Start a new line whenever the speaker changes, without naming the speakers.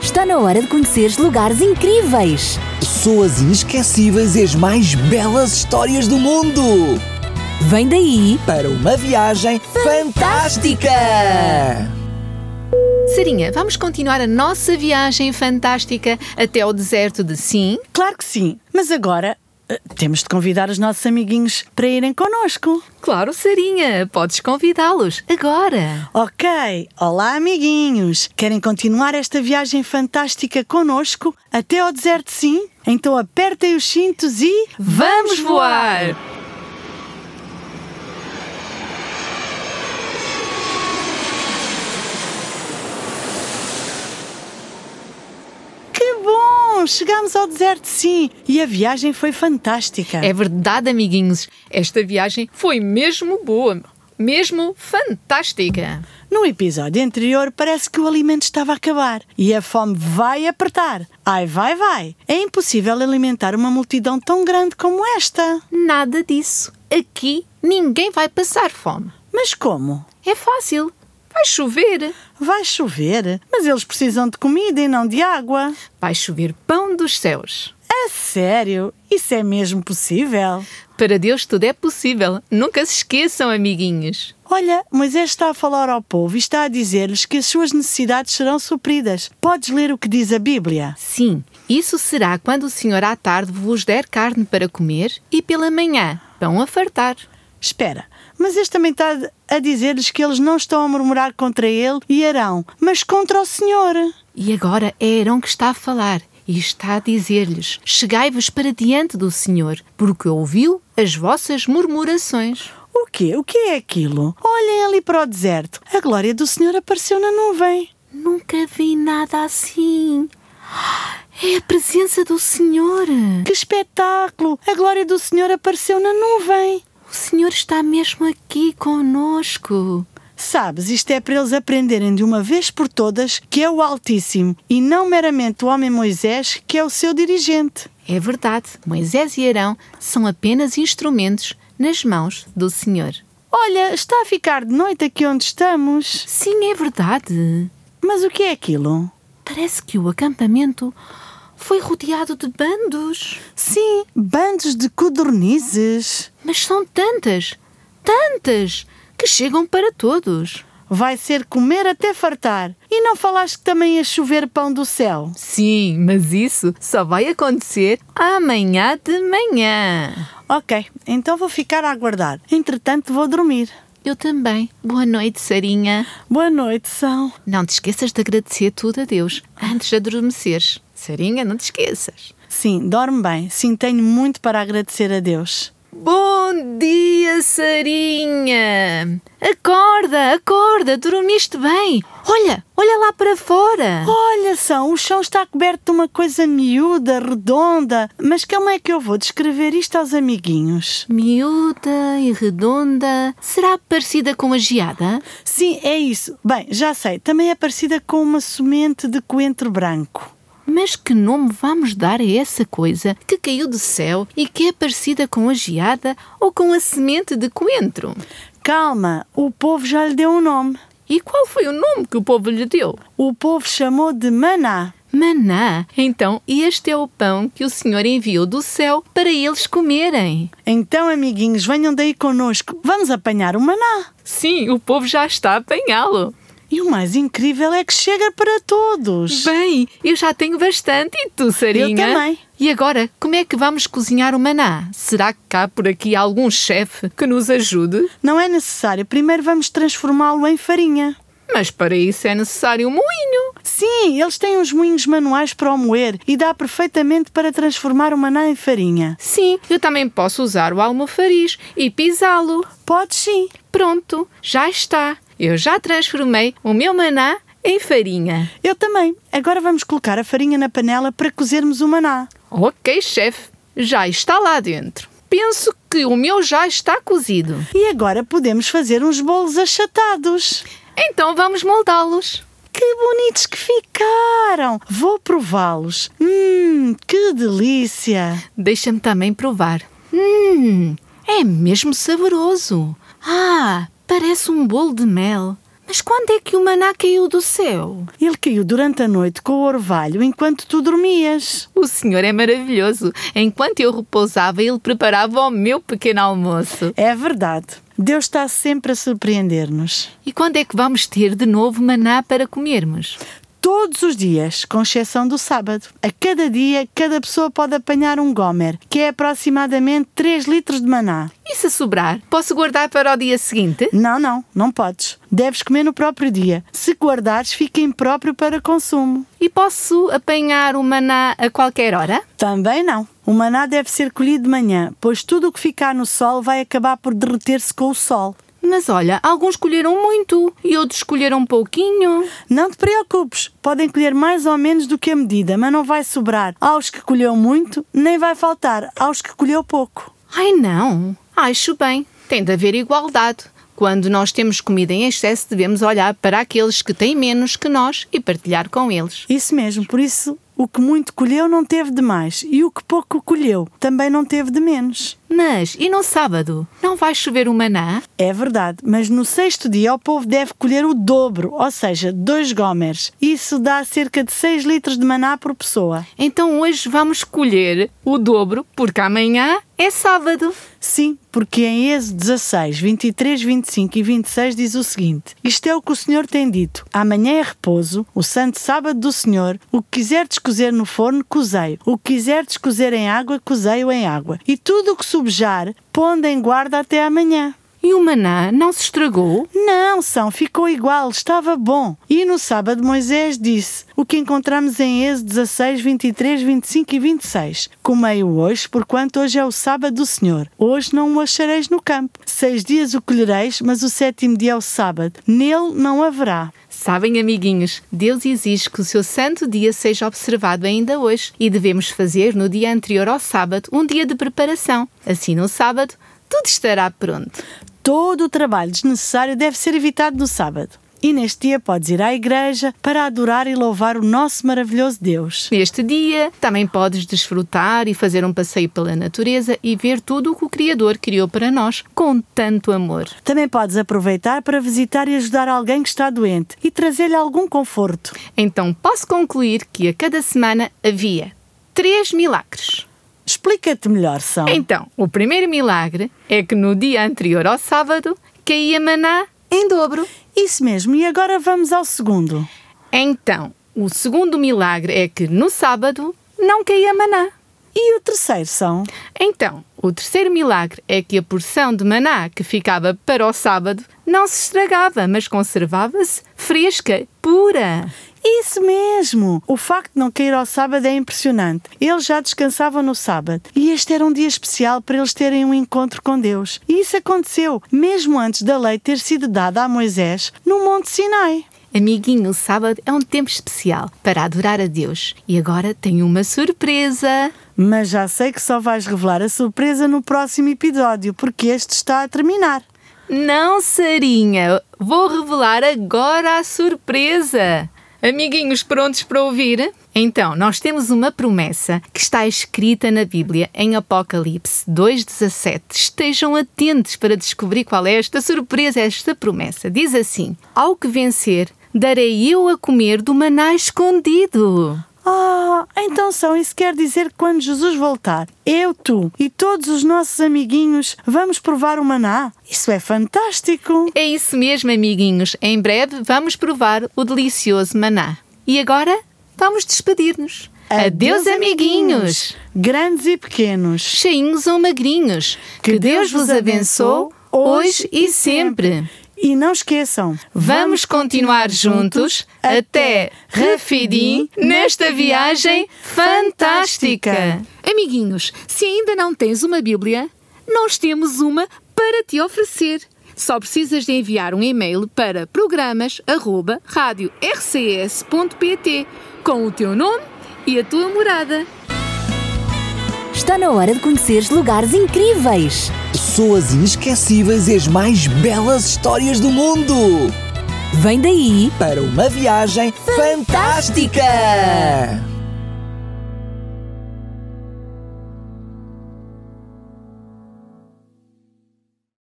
Está na hora de conheceres lugares incríveis.
Pessoas inesquecíveis e as mais belas histórias do mundo!
Vem daí,
Para uma viagem fantástica!
Sarinha, vamos continuar a nossa viagem fantástica até ao deserto de Sim.
Claro que sim, mas agora eh, temos de convidar os nossos amiguinhos para irem connosco.
Claro, Sarinha, podes convidá-los agora.
Ok, olá amiguinhos! Querem continuar esta viagem fantástica connosco até ao deserto sim? Então apertem os cintos e...
Vamos voar!
Que bom! Chegámos ao deserto sim e a viagem foi fantástica.
É verdade, amiguinhos, esta viagem foi mesmo boa, mesmo fantástica.
No episódio anterior parece que o alimento estava a acabar e a fome vai apertar. Ai, vai, vai! É impossível alimentar uma multidão tão grande como esta.
Nada disso. Aqui ninguém vai passar fome.
Mas como?
É fácil. Vai chover.
Vai chover, mas eles precisam de comida e não de água.
Vai chover pão dos céus.
A sério? Isso é mesmo possível?
Para Deus tudo é possível. Nunca se esqueçam, amiguinhos.
Olha, Moisés está a falar ao povo e está a dizer-lhes que as suas necessidades serão supridas. Podes ler o que diz a Bíblia?
Sim, isso será quando o Senhor à tarde vos der carne para comer e pela manhã pão a fartar.
Espera, mas este também está a dizer-lhes que eles não estão a murmurar contra ele e Arão, mas contra o Senhor.
E agora é Arão que está a falar e está a dizer-lhes: Chegai-vos para diante do Senhor, porque ouviu as vossas murmurações.
O quê? O que é aquilo? Olhem ali para o deserto. A glória do Senhor apareceu na nuvem.
Nunca vi nada assim. É a presença do Senhor.
Que espetáculo! A glória do Senhor apareceu na nuvem.
O Senhor está mesmo aqui conosco.
Sabes, isto é para eles aprenderem de uma vez por todas que é o Altíssimo e não meramente o homem Moisés, que é o seu dirigente.
É verdade, Moisés e Arão são apenas instrumentos nas mãos do Senhor.
Olha, está a ficar de noite aqui onde estamos.
Sim, é verdade.
Mas o que é aquilo?
Parece que o acampamento foi rodeado de bandos.
Sim, bandos de codornizes.
Mas são tantas, tantas, que chegam para todos.
Vai ser comer até fartar. E não falaste que também ia chover pão do céu?
Sim, mas isso só vai acontecer amanhã de manhã.
Ok, então vou ficar a aguardar. Entretanto, vou dormir.
Eu também. Boa noite, Sarinha.
Boa noite, São.
Não te esqueças de agradecer tudo a Deus antes de adormeceres. Sarinha, não te esqueças.
Sim, dorme bem. Sim, tenho muito para agradecer a Deus.
Bom dia, Sarinha! Acorda, acorda, dormiste bem. Olha, olha lá para fora.
Olha, São, o chão está coberto de uma coisa miúda, redonda. Mas como é que eu vou descrever isto aos amiguinhos?
Miúda e redonda, será parecida com a geada?
Sim, é isso. Bem, já sei. Também é parecida com uma semente de coentro branco.
Mas que nome vamos dar a essa coisa que caiu do céu e que é parecida com a geada ou com a semente de coentro?
Calma, o povo já lhe deu um nome.
E qual foi o nome que o povo lhe deu?
O povo chamou de maná.
Maná. Então, este é o pão que o Senhor enviou do céu para eles comerem.
Então, amiguinhos, venham daí connosco. Vamos apanhar o maná.
Sim, o povo já está a apanhá-lo.
E o mais incrível é que chega para todos.
Bem, eu já tenho bastante e tu, Sarinha?
Eu também.
E agora, como é que vamos cozinhar o maná? Será que há por aqui algum chefe que nos ajude?
Não é necessário. Primeiro vamos transformá-lo em farinha.
Mas para isso é necessário um moinho.
Sim, eles têm uns moinhos manuais para o moer e dá perfeitamente para transformar o maná em farinha.
Sim, eu também posso usar o almofariz e pisá-lo.
Pode sim.
Pronto, já está. Eu já transformei o meu maná em farinha.
Eu também. Agora vamos colocar a farinha na panela para cozermos o maná.
Ok, chefe, já está lá dentro. Penso que o meu já está cozido.
E agora podemos fazer uns bolos achatados.
Então vamos moldá-los.
Que bonitos que ficaram! Vou prová-los. Hum, que delícia!
Deixa-me também provar. Hum, é mesmo saboroso. Ah, parece um bolo de mel. Mas quando é que o maná caiu do céu?
Ele caiu durante a noite com o orvalho enquanto tu dormias.
O senhor é maravilhoso. Enquanto eu repousava, ele preparava o meu pequeno almoço.
É verdade. Deus está sempre a surpreender-nos.
E quando é que vamos ter de novo maná para comermos?
Todos os dias, com exceção do sábado. A cada dia, cada pessoa pode apanhar um gomer, que é aproximadamente 3 litros de maná.
E se sobrar, posso guardar para o dia seguinte?
Não, não, não podes. Deves comer no próprio dia. Se guardares, fica impróprio para consumo.
E posso apanhar o maná a qualquer hora?
Também não. O maná deve ser colhido de manhã, pois tudo o que ficar no sol vai acabar por derreter-se com o sol.
Mas olha, alguns colheram muito e outros colheram pouquinho.
Não te preocupes, podem colher mais ou menos do que a medida, mas não vai sobrar aos que colheu muito, nem vai faltar aos que colheu pouco.
Ai não, acho bem. Tem de haver igualdade. Quando nós temos comida em excesso, devemos olhar para aqueles que têm menos que nós e partilhar com eles.
Isso mesmo, por isso o que muito colheu não teve de mais e o que pouco colheu também não teve de menos.
Mas e no sábado? Não vai chover o maná?
É verdade, mas no sexto dia o povo deve colher o dobro, ou seja, dois gomers. Isso dá cerca de 6 litros de maná por pessoa.
Então hoje vamos colher o dobro, porque amanhã é sábado.
Sim, porque em Êxodo 16, 23, 25 e 26 diz o seguinte: Isto é o que o Senhor tem dito. Amanhã é repouso, o santo sábado do Senhor. O que quiserdes cozer no forno, cozei. O que quiserdes cozer em água, cozei-o em água. E tudo o que subjar, pondo em guarda até amanhã.
E o maná não se estragou?
Não, São, ficou igual, estava bom. E no sábado Moisés disse o que encontramos em Êxodo 16, 23, 25 e 26. Comei-o hoje, porquanto hoje é o sábado do Senhor. Hoje não o achareis no campo. Seis dias o colhereis, mas o sétimo dia é o sábado. Nele não haverá.
Sabem, amiguinhos, Deus exige que o seu santo dia seja observado ainda hoje e devemos fazer no dia anterior ao sábado um dia de preparação. Assim, no sábado, tudo estará pronto.
Todo o trabalho desnecessário deve ser evitado no sábado. E neste dia podes ir à igreja para adorar e louvar o nosso maravilhoso Deus.
Neste dia também podes desfrutar e fazer um passeio pela natureza e ver tudo o que o Criador criou para nós com tanto amor.
Também podes aproveitar para visitar e ajudar alguém que está doente e trazer-lhe algum conforto.
Então posso concluir que a cada semana havia três milagres.
Explica-te melhor, São.
Então, o primeiro milagre é que no dia anterior ao sábado caía maná em dobro.
Isso mesmo, e agora vamos ao segundo.
Então, o segundo milagre é que no sábado não caía maná.
E o terceiro, São?
Então, o terceiro milagre é que a porção de maná que ficava para o sábado não se estragava, mas conservava-se fresca, pura.
Isso mesmo! O facto de não cair ao sábado é impressionante. Eles já descansavam no sábado e este era um dia especial para eles terem um encontro com Deus. E isso aconteceu, mesmo antes da lei ter sido dada a Moisés no Monte Sinai.
Amiguinho, o sábado é um tempo especial para adorar a Deus. E agora tenho uma surpresa!
Mas já sei que só vais revelar a surpresa no próximo episódio, porque este está a terminar.
Não, Sarinha! Vou revelar agora a surpresa! Amiguinhos prontos para ouvir? Então, nós temos uma promessa que está escrita na Bíblia em Apocalipse 2:17. Estejam atentos para descobrir qual é esta surpresa, esta promessa. Diz assim: Ao que vencer, darei eu a comer do maná escondido.
Ah, então são, isso quer dizer que quando Jesus voltar, eu, tu e todos os nossos amiguinhos vamos provar o maná? Isso é fantástico!
É isso mesmo, amiguinhos. Em breve vamos provar o delicioso maná. E agora vamos despedir-nos. Adeus, amiguinhos!
Grandes e pequenos,
Cheinhos ou magrinhos, que, Deus vos abençoe hoje e sempre.
E não esqueçam,
Vamos continuar juntos até Rafidim nesta viagem fantástica.
Amiguinhos, se ainda não tens uma Bíblia, nós temos uma para te oferecer. Só precisas de enviar um e-mail para programas@radiorcs.pt com o teu nome e a tua morada.
Está na hora de conheceres lugares incríveis.
Pessoas inesquecíveis e as mais belas histórias do mundo.
Vem daí!
Para uma viagem fantástica.